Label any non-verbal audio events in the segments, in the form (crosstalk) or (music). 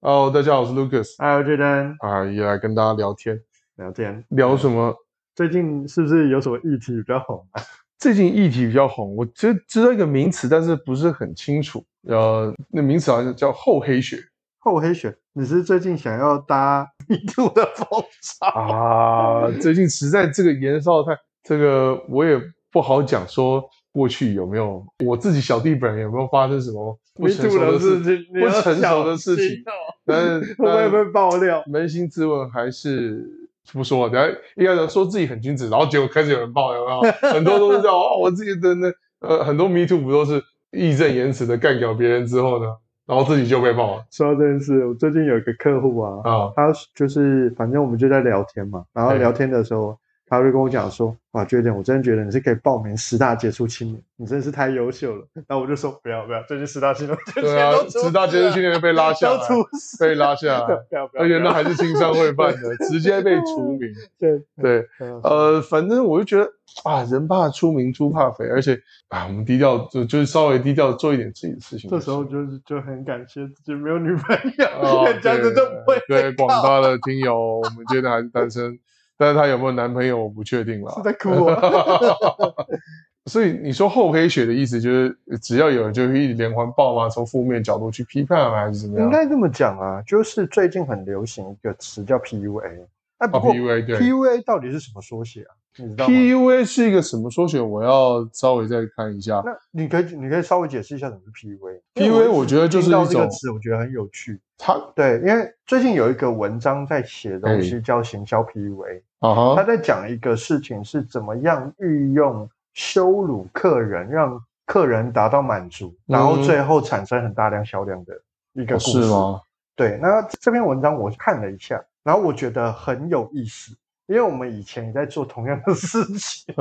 Hello，大家哦好，我是 Lucas，还有这丹啊，也来跟大家聊天，聊天，聊什么？最近是不是有什么议题比较红啊？最近议题比较红，我觉得知道一个名词，但是不是很清楚。呃，那名词好像叫厚黑学厚黑学，你是最近想要搭 (laughs) 迷途的风潮？啊。最近实在这个延烧太，这个我也不好讲说过去有没有我自己小弟本人有没有发生什么不迷成途熟的事，情，不成熟的事情，嗯但是哦会不会但被爆料？扪心自问，还是不说了。等下一开始说自己很君子，然后结果开始有人爆，有没有？ (laughs) 很多都是这样哦，我自己真的呃，很多迷途不都是义正言辞的干掉别人之后呢，然后自己就被爆了说到这件事，我最近有一个客户啊，啊他就是反正我们就在聊天嘛，然后对聊天的时候，他就跟我讲说，哇，缺点我真的觉得你是可以报名十大杰出青年，你真的是太优秀了。然后我就说不要不要，最近十大青年，对啊，直到结束训去练就被拉下 (laughs) 都来，出事被拉下 (laughs) 啊来，不要不要，而且那还是青商会办 (laughs) 的，直接被除名。 (laughs) 对对，呃呃，反正我就觉得啊，人怕出名，猪怕肥，而且啊，我们低调就就是稍微低调做一点自己的事情就行。这时候就是就很感谢自己没有女朋友， (laughs) 哦这样子就不会对对被广大告的听友，我们觉得还是单身，但是他有没有男朋友我不确定是啦。在哭我。所以你说厚黑学的意思就是，只要有人就会一直连环爆吗？从负面角度去批判还是怎么应样？该这么讲啊，就是最近很流行一个词叫 PUA，哎，啊不过，PUA 对 PUA 到底是什么缩写啊？你知道吗？ ，PUA 是一个什么缩写？我要稍微再看一下。那你可以，你可以稍微解释一下什么是 PUA。 PUA 因为我觉得就是听到一这个种词，我觉得很有趣。他对，因为最近有一个文章在写东西叫行销 PUA，啊他哈，在讲一个事情是怎么样运用羞辱客人，让客人达到满足，然后嗯最后产生很大量销量的一个哦故事。是吗？ (laughs) 对，那这篇文章我看了一下，然后我觉得很有意思，因为我们以前也在做同样的事情。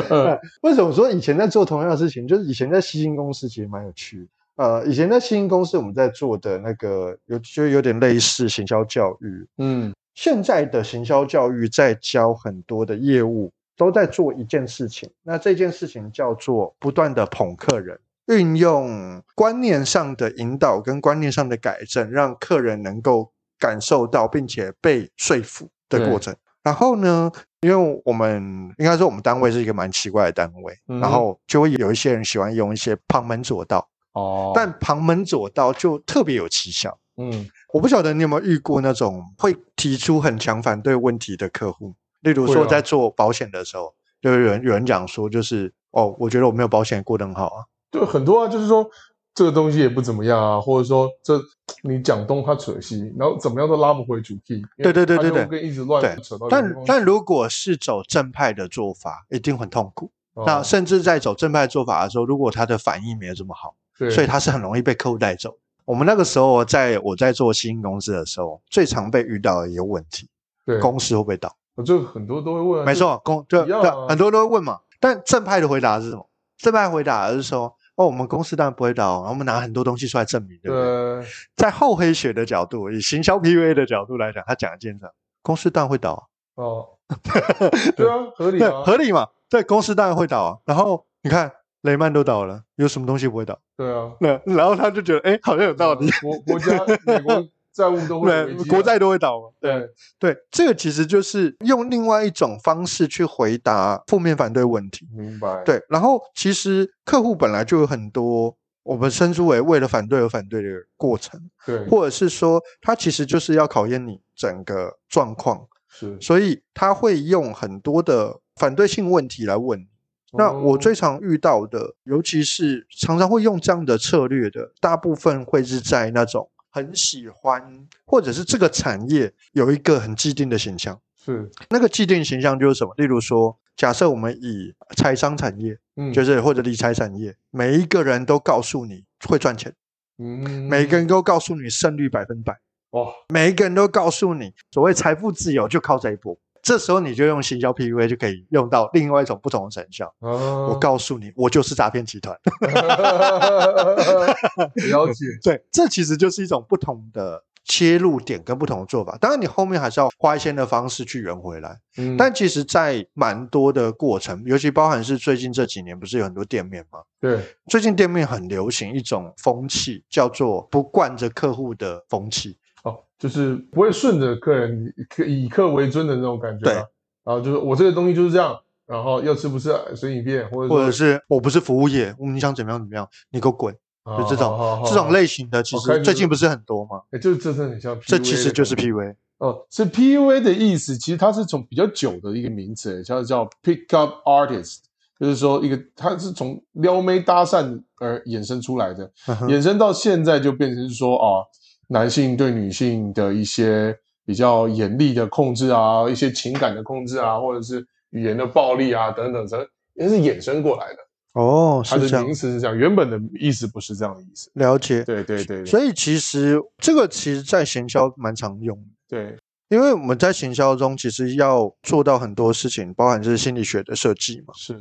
(laughs) 为什么说以前在做同样的事情？就是以前在西星公司其实蛮有趣的。呃，以前在西星公司我们在做的那个有就有点类似行销教育。嗯，现在的行销教育在教很多的业务都在做一件事情，那这件事情叫做不断的捧客人，运用观念上的引导跟观念上的改正，让客人能够感受到并且被说服的过程。然后呢，因为我们应该说我们单位是一个蛮奇怪的单位，嗯哼然后就会有一些人喜欢用一些旁门左道，哦，但旁门左道就特别有奇效。嗯，我不晓得你有没有遇过那种会提出很强反对问题的客户，例如会说啊在做保险的时候，就有人有人讲说，就是哦，我觉得我没有保险过得很好啊，就很多啊，就是说这个东西也不怎么样啊，或者说这你讲东他扯西，然后怎么样都拉不回主题。对对对对对跟一直乱对扯到别的但地方去。但如果是走正派的做法，一定很痛苦。哦那甚至在走正派做法的时候，如果他的反应没有这么好，对，所以他是很容易被客户带走。我们那个时候在我在做新公司的时候，最常被遇到的一个问题：对，公司会不会倒？我就很多都会问啊，没就错，公就一样对啊很多人都会问嘛。但正派的回答是什么？正派回答是说，哦，我们公司当然不会倒，啊然后我们拿很多东西出来证明，对不对？对，在厚黑学的角度，以行销 PUA 的角度来讲，他讲一件事，公司当然会倒啊，哦， (laughs) 对啊，合理对，啊，合理嘛？对，公司当然会倒啊。然后你看雷曼都倒了，有什么东西不会倒？对啊，那然后他就觉得，哎，好像有道理，国国家美国债务嗯都会有危对机，啊国债都会倒嘛。对对，这个其实就是用另外一种方式去回答负面反对问题。明白，对，然后其实客户本来就有很多我们称之为为了反对而反对的过程，对或者是说他其实就是要考验你整个状况，是所以他会用很多的反对性问题来问你。那我哦最常遇到的，尤其是常常会用这样的策略的，大部分会是在那种很喜欢，或者是这个产业有一个很既定的形象。是那个既定形象就是什么？例如说，假设我们以财商产业嗯就是或者理财产业，每一个人都告诉你会赚钱，嗯每个人都告诉你胜率百分百，哇每一个人都告诉你所谓财富自由就靠这一波。这时候你就用行销 PUA 就可以用到另外一种不同的成效。我我 (laughs) 告诉你，我就是诈骗集团。 (laughs) (laughs) 了解对，这其实就是一种不同的切入点跟不同的做法。当然，你后面还是要花一些的方式去圆回来。嗯但其实，在蛮多的过程，尤其包含是最近这几年，不是有很多店面吗？对最近店面很流行一种风气，叫做不惯着客户的风气。哦就是不会顺着客人以客以客为尊的那种感觉对吧。然后就是我这个东西就是这样，然后要吃不吃随你便，或者或说者是我不是服务业，嗯你想怎么样怎么样，你给我滚，啊就这种好好好这种类型的，其我哦开实始最近不是很多吗？哎就是这真的很像 PUA 的感觉，这其实就是 PUA。哦，是 PUA 的意思，其实它是从比较久的一个名词，它叫 Pick Up Artist，就是说一个它是从撩妹搭讪而衍生出来的，嗯哼衍生到现在就变成是说啊，男性对女性的一些比较严厉的控制啊，一些情感的控制啊，或者是语言的暴力啊等等，这也是衍生过来的。哦，它是这的样名，词是这样，原本的意思不是这样的意思。了解。对对对对所以其实这个其实，在行销蛮常用的，对，因为我们在行销中其实要做到很多事情，包含是心理学的设计嘛，是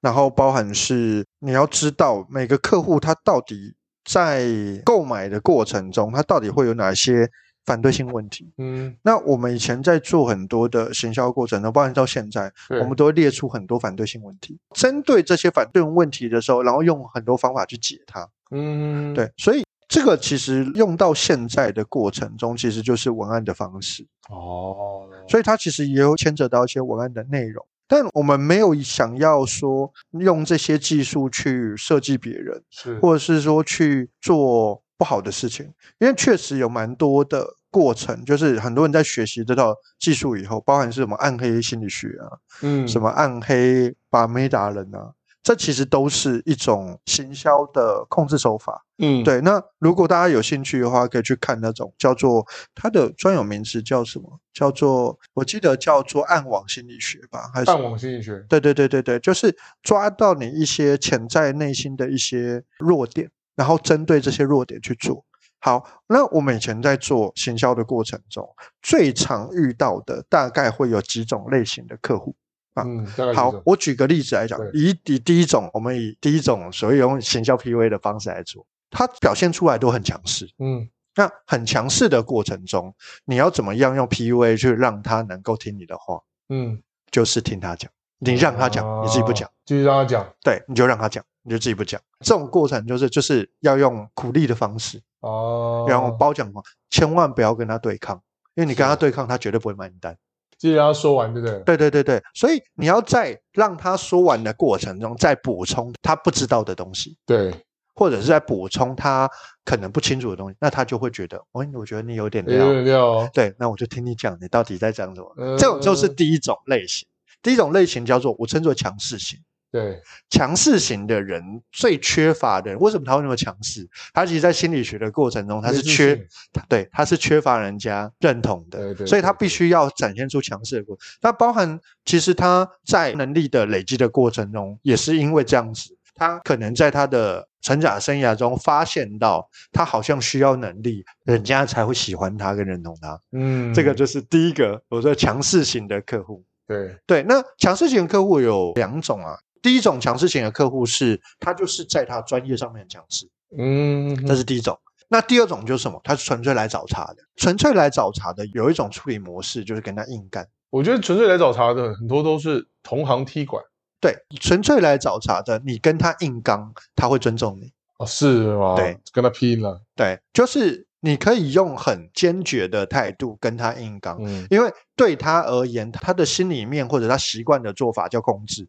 然后包含是你要知道每个客户他到底在购买的过程中，他到底会有哪些反对性问题。嗯，那我们以前在做很多的行销过程中，包含到现在，对我们都会列出很多反对性问题，针对这些反对问题的时候，然后用很多方法去解它。嗯对，所以这个其实用到现在的过程中，其实就是文案的方式，哦，所以它其实也有牵扯到一些文案的内容。但我们没有想要说用这些技术去设计别人，是或者是说去做不好的事情，因为确实有蛮多的过程，就是很多人在学习这套技术以后，包含是什么暗黑心理学啊，嗯什么暗黑把妹达人啊，这其实都是一种行销的控制手法。嗯对，那如果大家有兴趣的话，可以去看那种叫做它的专有名词叫什么？叫做我记得叫做暗网心理学吧，还是暗网心理学，对对对对对，就是抓到你一些潜在内心的一些弱点，然后针对这些弱点去做。好，那我们以前在做行销的过程中，最常遇到的大概会有几种类型的客户。啊嗯，大概是这好样，我举个例子来讲对，以以第一种，我们以第一种所谓用行销 PUA 的方式来做，它表现出来都很强势。嗯那很强势的过程中，你要怎么样用 PUA 去让他能够听你的话？嗯，就是听他讲，你让他讲，你自己不讲啊，，继续让他讲对，你就让他讲，你就自己不讲。这种过程就是就是要用鼓励的方式，哦，然后褒奖的方，千万不要跟他对抗，因为你跟他是对抗，他绝对不会买你单。继续让他说完，对不对？对对对对，所以你要在让他说完的过程中，再补充他不知道的东西，对，或者是在补充他可能不清楚的东西，那他就会觉得，哦，我觉得你有点有料，点料哦，对，那我就听你讲，你到底在讲什么？这种就是呃第一种类型。第一种类型叫做我称作强势型。对，强势型的人最缺乏的人，为什么他会那么强势？他其实，在心理学的过程中，他没是自缺信，他对，他是缺乏人家认同的，对对所以他对必对须要展现出强势的过程。那包含其实他在能力的累积的过程中，也是因为这样子，他可能在他的成长生涯中发现到，他好像需要能力，人家才会喜欢他跟认同他。嗯，这个就是第一个，我说强势型的客户。对，对，那强势型的客户有两种啊。第一种强势型的客户是，他就是在他专业上面很强势，嗯，这是第一种。那第二种就是什么？他是纯粹来找茬的，纯粹来找茬的有一种处理模式就是跟他硬干。我觉得纯粹来找茬的很多都是同行踢馆对，纯粹来找茬的，你跟他硬刚，他会尊重你。哦，是吗？对，跟他拼了，对，就是你可以用很坚决的态度跟他硬刚，嗯因为对他而言，他的心里面或者他习惯的做法叫控制，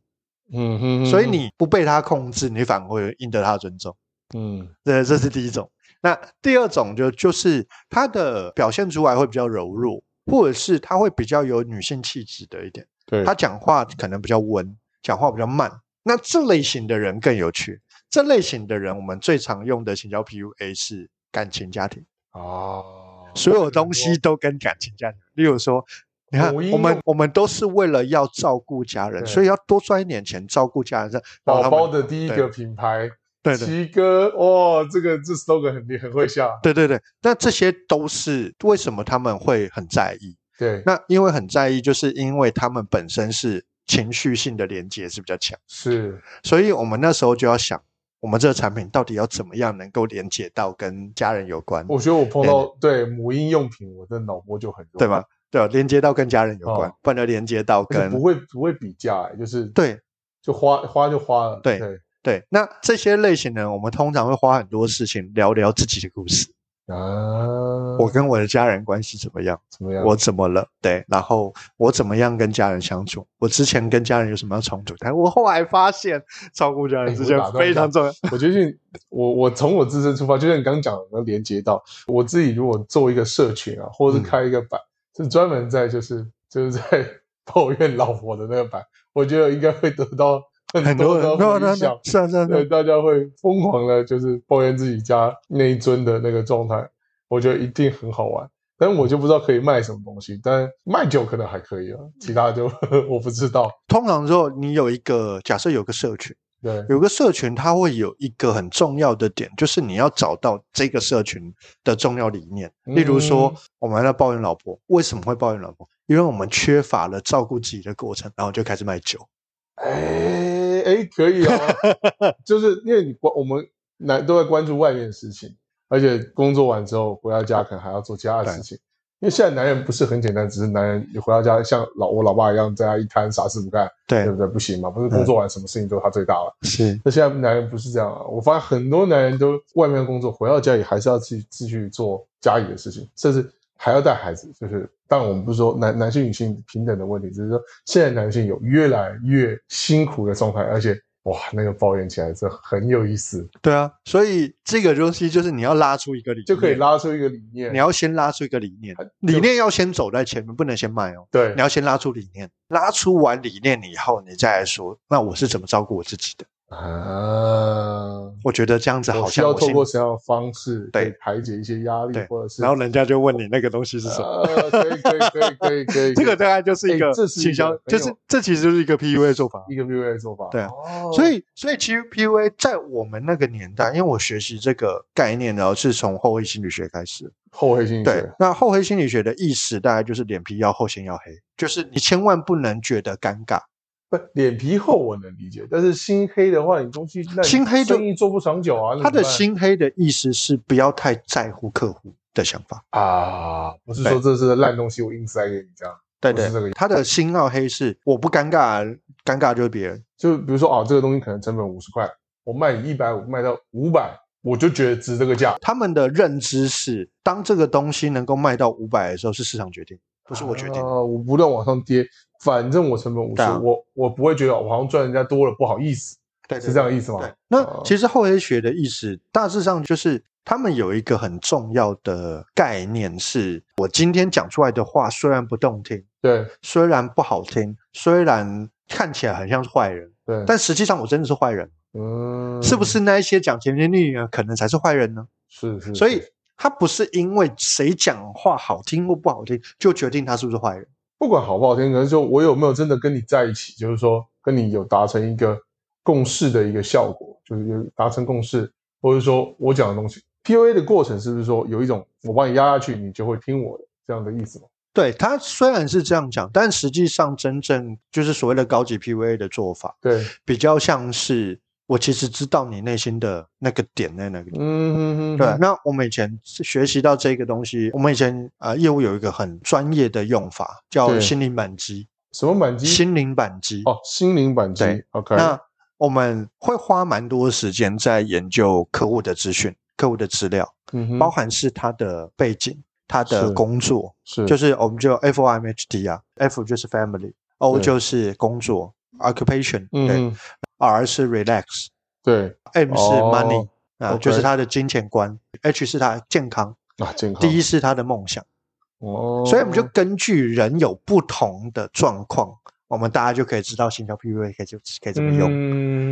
嗯哼，所以你不被他控制，你反而会赢得他的尊重。嗯这这是第一种。那第二种就就是她的表现出来会比较柔弱，或者是她会比较有女性气质的一点，对，她讲话可能比较温，讲话比较慢。那这类型的人更有趣。这类型的人，我们最常用的行销 PUA 是感情家庭，啊，所有东西都跟感情家庭。例如说，你看，抖音我们用我们都是为了要照顾家人，对所以要多赚一点钱照顾家人，让宝他们宝的第一对个品牌，对对奇哥，哇，这个这 slogan 很厉很会下，对对对，那这些都是为什么他们会很在意？对，那因为很在意，就是因为他们本身是情绪性的连接是比较强，是，所以我们那时候就要想，我们这个产品到底要怎么样能够连接到跟家人有关，我觉得我碰到对母婴用品，我的脑波就很弱，嗯对吧？？对吧，连接到跟家人有关哦，不然就连接到而且跟不会不会比价、欸，就是对就花花就花了，对对对。那这些类型呢，我们通常会花很多事情聊聊自己的故事，啊，我跟我的家人关系怎么样？怎么样？我怎么了？对，然后我怎么样跟家人相处？我之前跟家人有什么样冲突？但我后来发现，照顾家人之间哎我打断非一下常重要。我觉得我我从我自身出发，就像你刚刚讲的，能连接到我自己，如果做一个社群啊，或者嗯是开一个版，是专门在就是就是在 (laughs) 抱怨老婆的那个版，我觉得应该会得到 (laughs) 很很多多的回人对啊对啊对啊响，。(laughs) 是啊是啊是啊对，，大家会疯狂的，就是抱怨自己家内尊的那个状态，我觉得一定很好玩。但我就不知道可以卖什么东西，但卖酒可能还可以啊，其他就 (laughs) 我不知道。通常之后，你有一个假设，有个社群，对，有个社群，它会有一个很重要的点，就是你要找到这个社群的重要理念。例如说嗯，我们在抱怨老婆，为什么会抱怨老婆？因为我们缺乏了照顾自己的过程，然后就开始卖酒。哎哎，可以啊， (laughs) 就是因为你关我们男都在关注外面的事情，而且工作完之后回到家可能还要做其他的事情。因为现在男人不是很简单，只是男人你回到家像老我老爸一样在家一摊啥事不干，对对不，对？不行嘛，不是工作完什么事情都是他最大了。是那现在男人不是这样啊，我发现很多男人都外面工作，回到家里还是要自己继续做家里的事情，甚至还要带孩子。就是，当然我们不是说男男性女性平等的问题，只是说现在男性有越来越辛苦的状态，而且哇，那个抱怨起来真的很有意思，对啊。所以这个东西就是你要拉出一个理念，就可以。拉出一个理念。你要先拉出一个理念，理念要先走在前面，不能先卖哦。对你要先拉出理念，拉出完理念以后，你再来说，那我是怎么照顾我自己的？啊，我觉得这样子好我需像要我透先过什么样的方式对可以排解一些压力对，或者是然后人家就问你那个东西是什么。呃，可以可以可以可以可以， (laughs) 这个大概就是一哎个这是一倾销个，很就有是这其实就是一个 PUA 的做法。一个 v i a 做法，对啊哦所以，所以其实 PUA 在我们那个年代，因为我学习这个概念呢，是从后黑心理学开始。后黑心理对学，，那后黑心理学的意思大概就是脸皮要厚，心要黑，就是你千万不能觉得尴尬。不，脸皮厚我能理解，但是心黑的话，你东西那你心黑就生意做不长久啊。那他的怎么办心黑的意思是不要太在乎客户的想法。啊，不是对说这是烂东西，我硬塞给你这样。对不对是这个意，思他的心要黑是我不尴尬，尴尬就是别人。就比如说啊，这个东西可能成本五十块，我卖你一百五，卖到五百，我就觉得值这个价，他们的认知是，当这个东西能够卖到五百的时候，是市场决定，不不是我决定。啊我不断往上跌，反正我成本五十、对啊我我不会觉得我好像赚人家多了不好意思，对，对是这样的意思吗？对，那哦其实后黑学的意思大致上就是，他们有一个很重要的概念是，我今天讲出来的话虽然不动听，对虽然不好听，虽然看起来很像是坏人，对，但实际上我真的是坏人，嗯，是不是那一些讲甜言蜜语呃的可能才是坏人呢？是是？所以是他不是因为谁讲话好听或不好听就决定他是不是坏人，不管好不好听，可能说我有没有真的跟你在一起，就是说跟你有达成一个共识的一个效果，就是有达成共识，或者说我讲的东西，PUA 的过程是不是说有一种我把你压下去，你就会听我的这样的意思吗？对他虽然是这样讲，但实际上真正就是所谓的高级 PUA 的做法，对，比较像是我其实知道你内心的那个点在那个地方。嗯，对，那我们以前学习到这个东西，我们以前呃业务有一个很专业的用法，叫对心灵扳机。什么满机？心灵扳机，哦，心灵扳机对，OK，那我们会花蛮多时间在研究客户的资讯、客户的资料，嗯包哼，含是他的背景、他的是工作，是就是是我们就 F O M H D 啊，F 就是 family，O 对就是工作 occupation，对嗯哼，R 是 relax，对 M 是 money 哦啊、 OK 就是他的金钱观；H 是他的健康啊，健康，D 是他的梦想。哦，所以我们就根据人有不同的状况，我们大家就可以知道行销 PUA 可以就可以怎么用。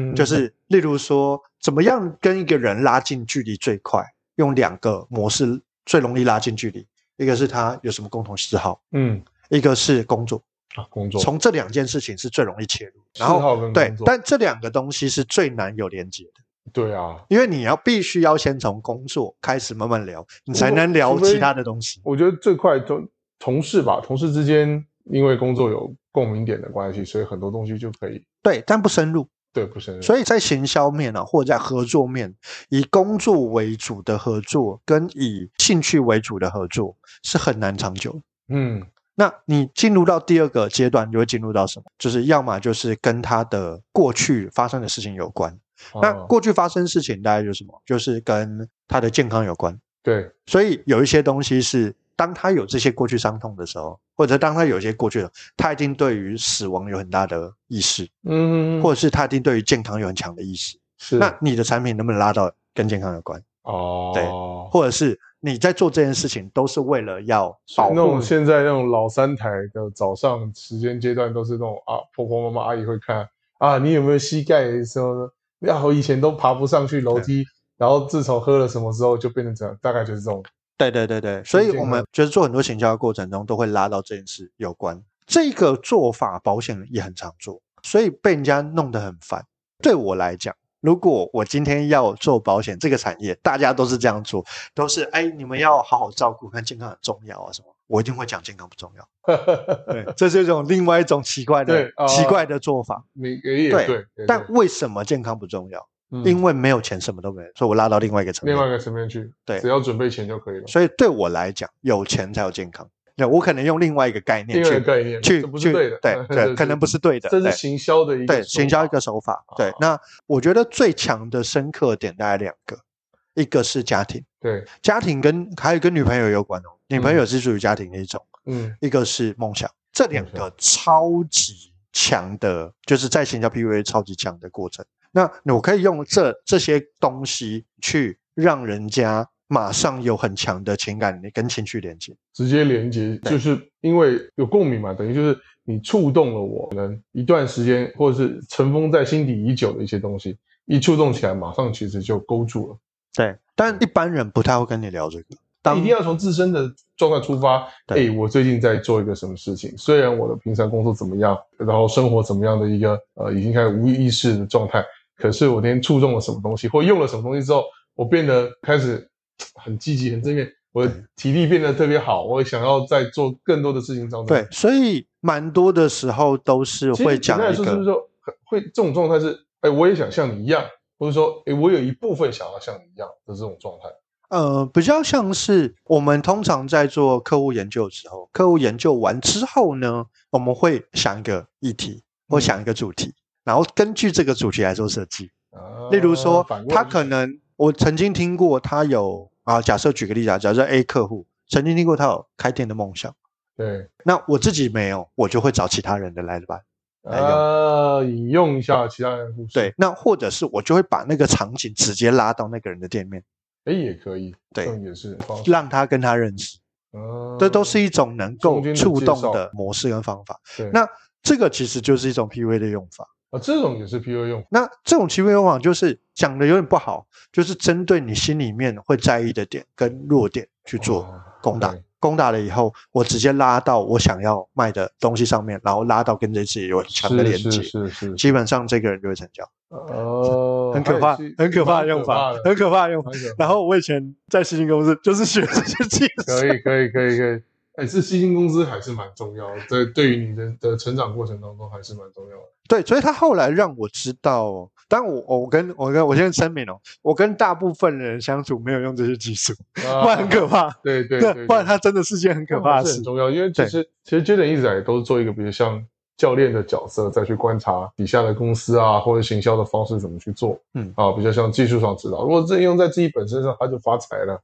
用就是例如说，怎么样跟一个人拉近距离最快，用两个模式最容易拉近距离，一个是他有什么共同嗜好，嗯一个是工作。啊，工作从这两件事情是最容易切入，然嗜好后跟对工，作但这两个东西是最难有连接的。对啊，因为你要必须要先从工作开始慢慢聊，你才能聊其他的东西。我觉得最快同同事吧，同事之间因为工作有共鸣点的关系，所以很多东西就可以对，但不深入。对不深入。所以在行销面啊，或者在合作面，以工作为主的合作跟以兴趣为主的合作是很难长久的。嗯，那你进入到第二个阶段，你就会进入到什么？就是要么就是跟他的过去发生的事情有关。那啊过去发生事情大概就是什么？就是跟他的健康有关，对，所以有一些东西是，当他有这些过去伤痛的时候，或者当他有一些过去的，他一定对于死亡有很大的意识，嗯，或者是他一定对于健康有很强的意识。是那你的产品能不能拉到跟健康有关，哦，对或者是你在做这件事情都是为了要保那种护？现在那种老三台的早上时间阶段都是那种啊，婆婆妈妈阿姨会看啊，你有没有膝盖的时候呢？然后以前都爬不上去楼梯，然后自从喝了什么之后就变成这样，大概就是这种。 (laughs) 对对对对，所以健康我们就是做很多行销的过程中都会拉到这件事有关。这个做法保险也很常做，所以被人家弄得很烦。对我来讲，如果我今天要做保险这个产业，大家都是这样做，都是哎，你们要好好照顾，看健康很重要啊什么，我一定会讲健康不重要。对，这是一种另外一种奇怪的对、哦奇怪的做法。你也对对，对但对为什么健康不重要？嗯因为没有钱什么都没有，所以我拉到另外一个层面另。外一个层面去，对只要准备钱就可以了。所以对我来讲，有钱才有健康。对我可能用另外一个概念另外一个去概念，去这不去是对的， (laughs) 对对，可能不是对的，这是对行销的一个对手行销一法个手法。对啊，那我觉得最强的深刻点大概两个，一个是家庭，对，家庭跟还有跟女朋友有关哦，女朋友是属于家庭的一种，嗯一个是梦想，这两梦个超级强的，就是在行销 PUA 超级强的过程。那我可以用这这些东西去让人家马上有很强的情感跟情绪连接。直接连接，就是因为有共鸣嘛，等于就是你触动了我，可能一段时间或者是尘封在心底已久的一些东西，一触动起来，马上其实就勾住了。对，嗯但一般人不太会跟你聊这个。当一定要从自身的状态出发。对哎，我最近在做一个什么事情？虽然我的平常工作怎么样，然后生活怎么样的一个呃已经开始无意识的状态，可是我今天触动了什么东西，或用了什么东西之后，我变得开始嘖很积极、很正面，我的体力变得特别好，我想要再做更多的事情上。对，，所以蛮多的时候都是其会实讲简单来一说，是不是个，说会这种状态是？哎，我也想像你一样，或者说，哎，我有一部分想要像你一样的这种状态。呃，比较像是我们通常在做客户研究的时候，客户研究完之后呢，我们会想一个议题或嗯想一个主题，然后根据这个主题来做设计。啊例如说反，过来他就可是能我曾经听过他有啊，假设举个例子啊，假设 A 客户曾经听过他有开店的梦想，对。那我自己没有，我就会找其他人的来吧。来用啊，引用一下其他人的故事，哎对，，那或者是我就会把那个场景直接拉到那个人的店面，哎，也可以，对这种也是方式，让他跟他认识，嗯这都是一种能够中间的触介动绍的模式跟方法。对那这个其实就是一种 PUA 的用法。啊，这种也是 P U A 用法，那这种 PUA 用法就是讲的有点不好，就是针对你心里面会在意的点跟弱点去做哦攻打对。攻打了以后，我直接拉到我想要卖的东西上面，然后拉到跟这些有很强的连是接，是是是，基本上这个人就会成交。哦，很可怕它也是，很可怕的用法蛮，可很可怕的用法怕的，。蛮可怕然后我以前在新兴公司就是学这些技 (laughs) 可术，以可以可以可以，哎，这新兴公司还是蛮重要的，在对于你的的成长过程当中还是蛮重要的，对，所以他后来让我知道，哦但我我跟我跟我先声明哦，我跟大部分人相处没有用这些技术，啊不然很可怕，对对对 (laughs) 对，不然对它真的是件很可怕的是事很。重要，因为其实其实 Jaden 一直以来都是做一个，比如像教练的角色，再去观察底下的公司啊，或者行销的方式怎么去做，嗯啊，比较像技术上指导。如果真用在自己本身上，他就发财了。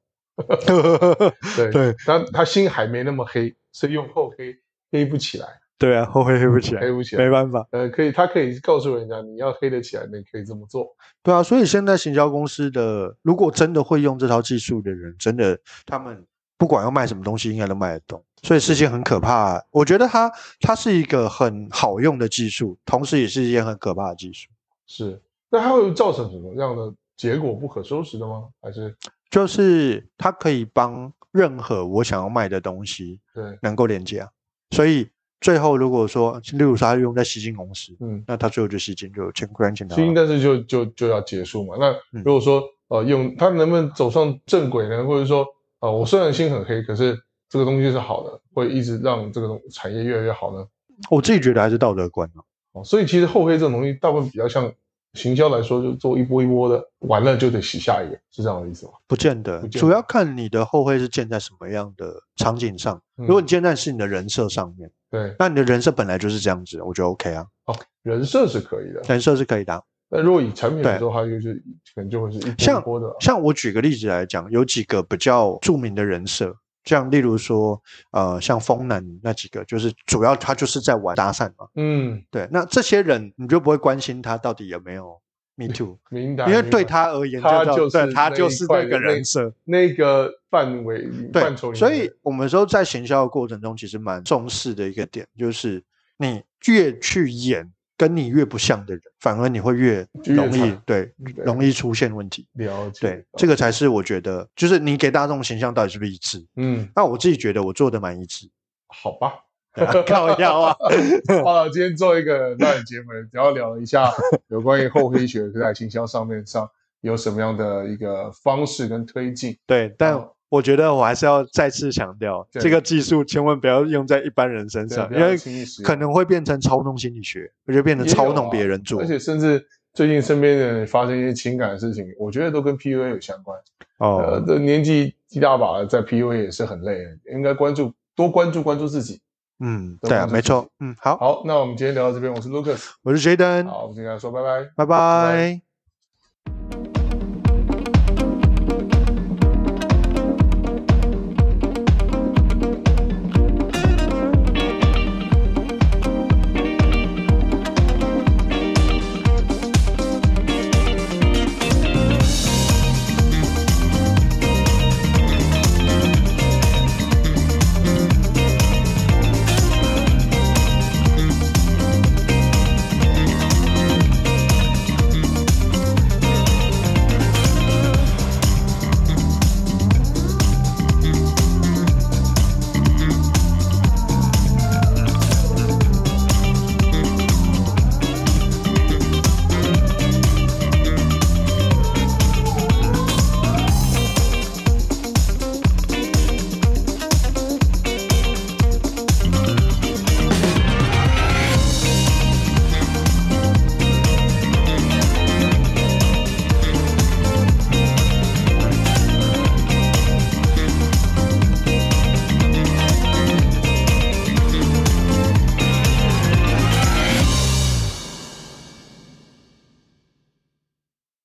对， (laughs) 对他他心还没那么黑，所以用厚黑黑不起来，对啊，后悔黑不起来黑，嗯不起来没。办法。呃，可以，他可以告诉人家，你要黑得起来，你可以这么做。对啊，所以现在行销公司的，如果真的会用这套技术的人，真的他们不管要卖什么东西，应该都卖得动。所以是件很可怕，我觉得它它是一个很好用的技术，同时也是一件很可怕的技术。是，那它会造成什么样的结果不可收拾的吗？还是就是它可以帮任何我想要卖的东西对，能够连接啊。所以最后如果说，例如说它用在吸金公司，嗯，那它最后就吸金就有钱关钱吸引，了。但是就就就要结束嘛。那嗯如果说呃用它能不能走上正轨呢？或者说呃我虽然心很黑，可是这个东西是好的，会一直让这个东产业越来越好呢？我自己觉得还是道德观啊。哦，所以其实厚黑这种东西，大部分比较像行销来说，就做一波一波的，完了就得洗下一个，是这样的意思吗？不见得，不见主得要看你的后会是建在什么样的场景上。嗯如果你建在是你的人设上面，对，那你的人设本来就是这样子，我觉得 OK 啊，哦，人设是可以的，人设是可以的啊。但如果以产品来对说，它就是可能就会是一波像一波的啊。像我举个例子来讲，有几个比较著名的人设，像例如说，呃，像风男那几个，就是主要他就是在玩搭讪嘛。嗯，对，那这些人你就不会关心他到底有 (laughs) 没有 me too，明白。因为明对白他而言，啊他知道就是对他那就一是块那的个那人设。那个范围范畴里面对，的，所以我们说在行销的过程中，其实蛮重视的一个点，就是你越去演跟你越不像的人，反而你会越就越容易惨对对容易出现问题。了解对，这个个才是我觉得，就是你给大众形象到底是不是一致？嗯，那我自己觉得我做的蛮一致，好吧。对啊 (laughs) 靠 (laughs) 腰啊， (laughs) 好了，今天做一个让你结尾，主要聊了一下有关于厚黑学在行销上面上有什么样的一个方式跟推进。对，但好我觉得我还是要再次强调，哦对这个技术千万不要用在一般人身对上，不啊因要为轻易使用可能会变成操弄心理学，我就变成也有操弄啊别人做而。且甚至最近身边的人发生一些情感的事情，我觉得都跟 PUA 有相关。呃，哦，这年纪一大把了，在 PUA 也是很累的，应该关注多关注关注自己。嗯，都对啊，关注没自错己，嗯，好，好，那我嗯们今天聊到这边，我是 Lucas，我是 Jaden，好，我们今天说拜拜。拜拜拜。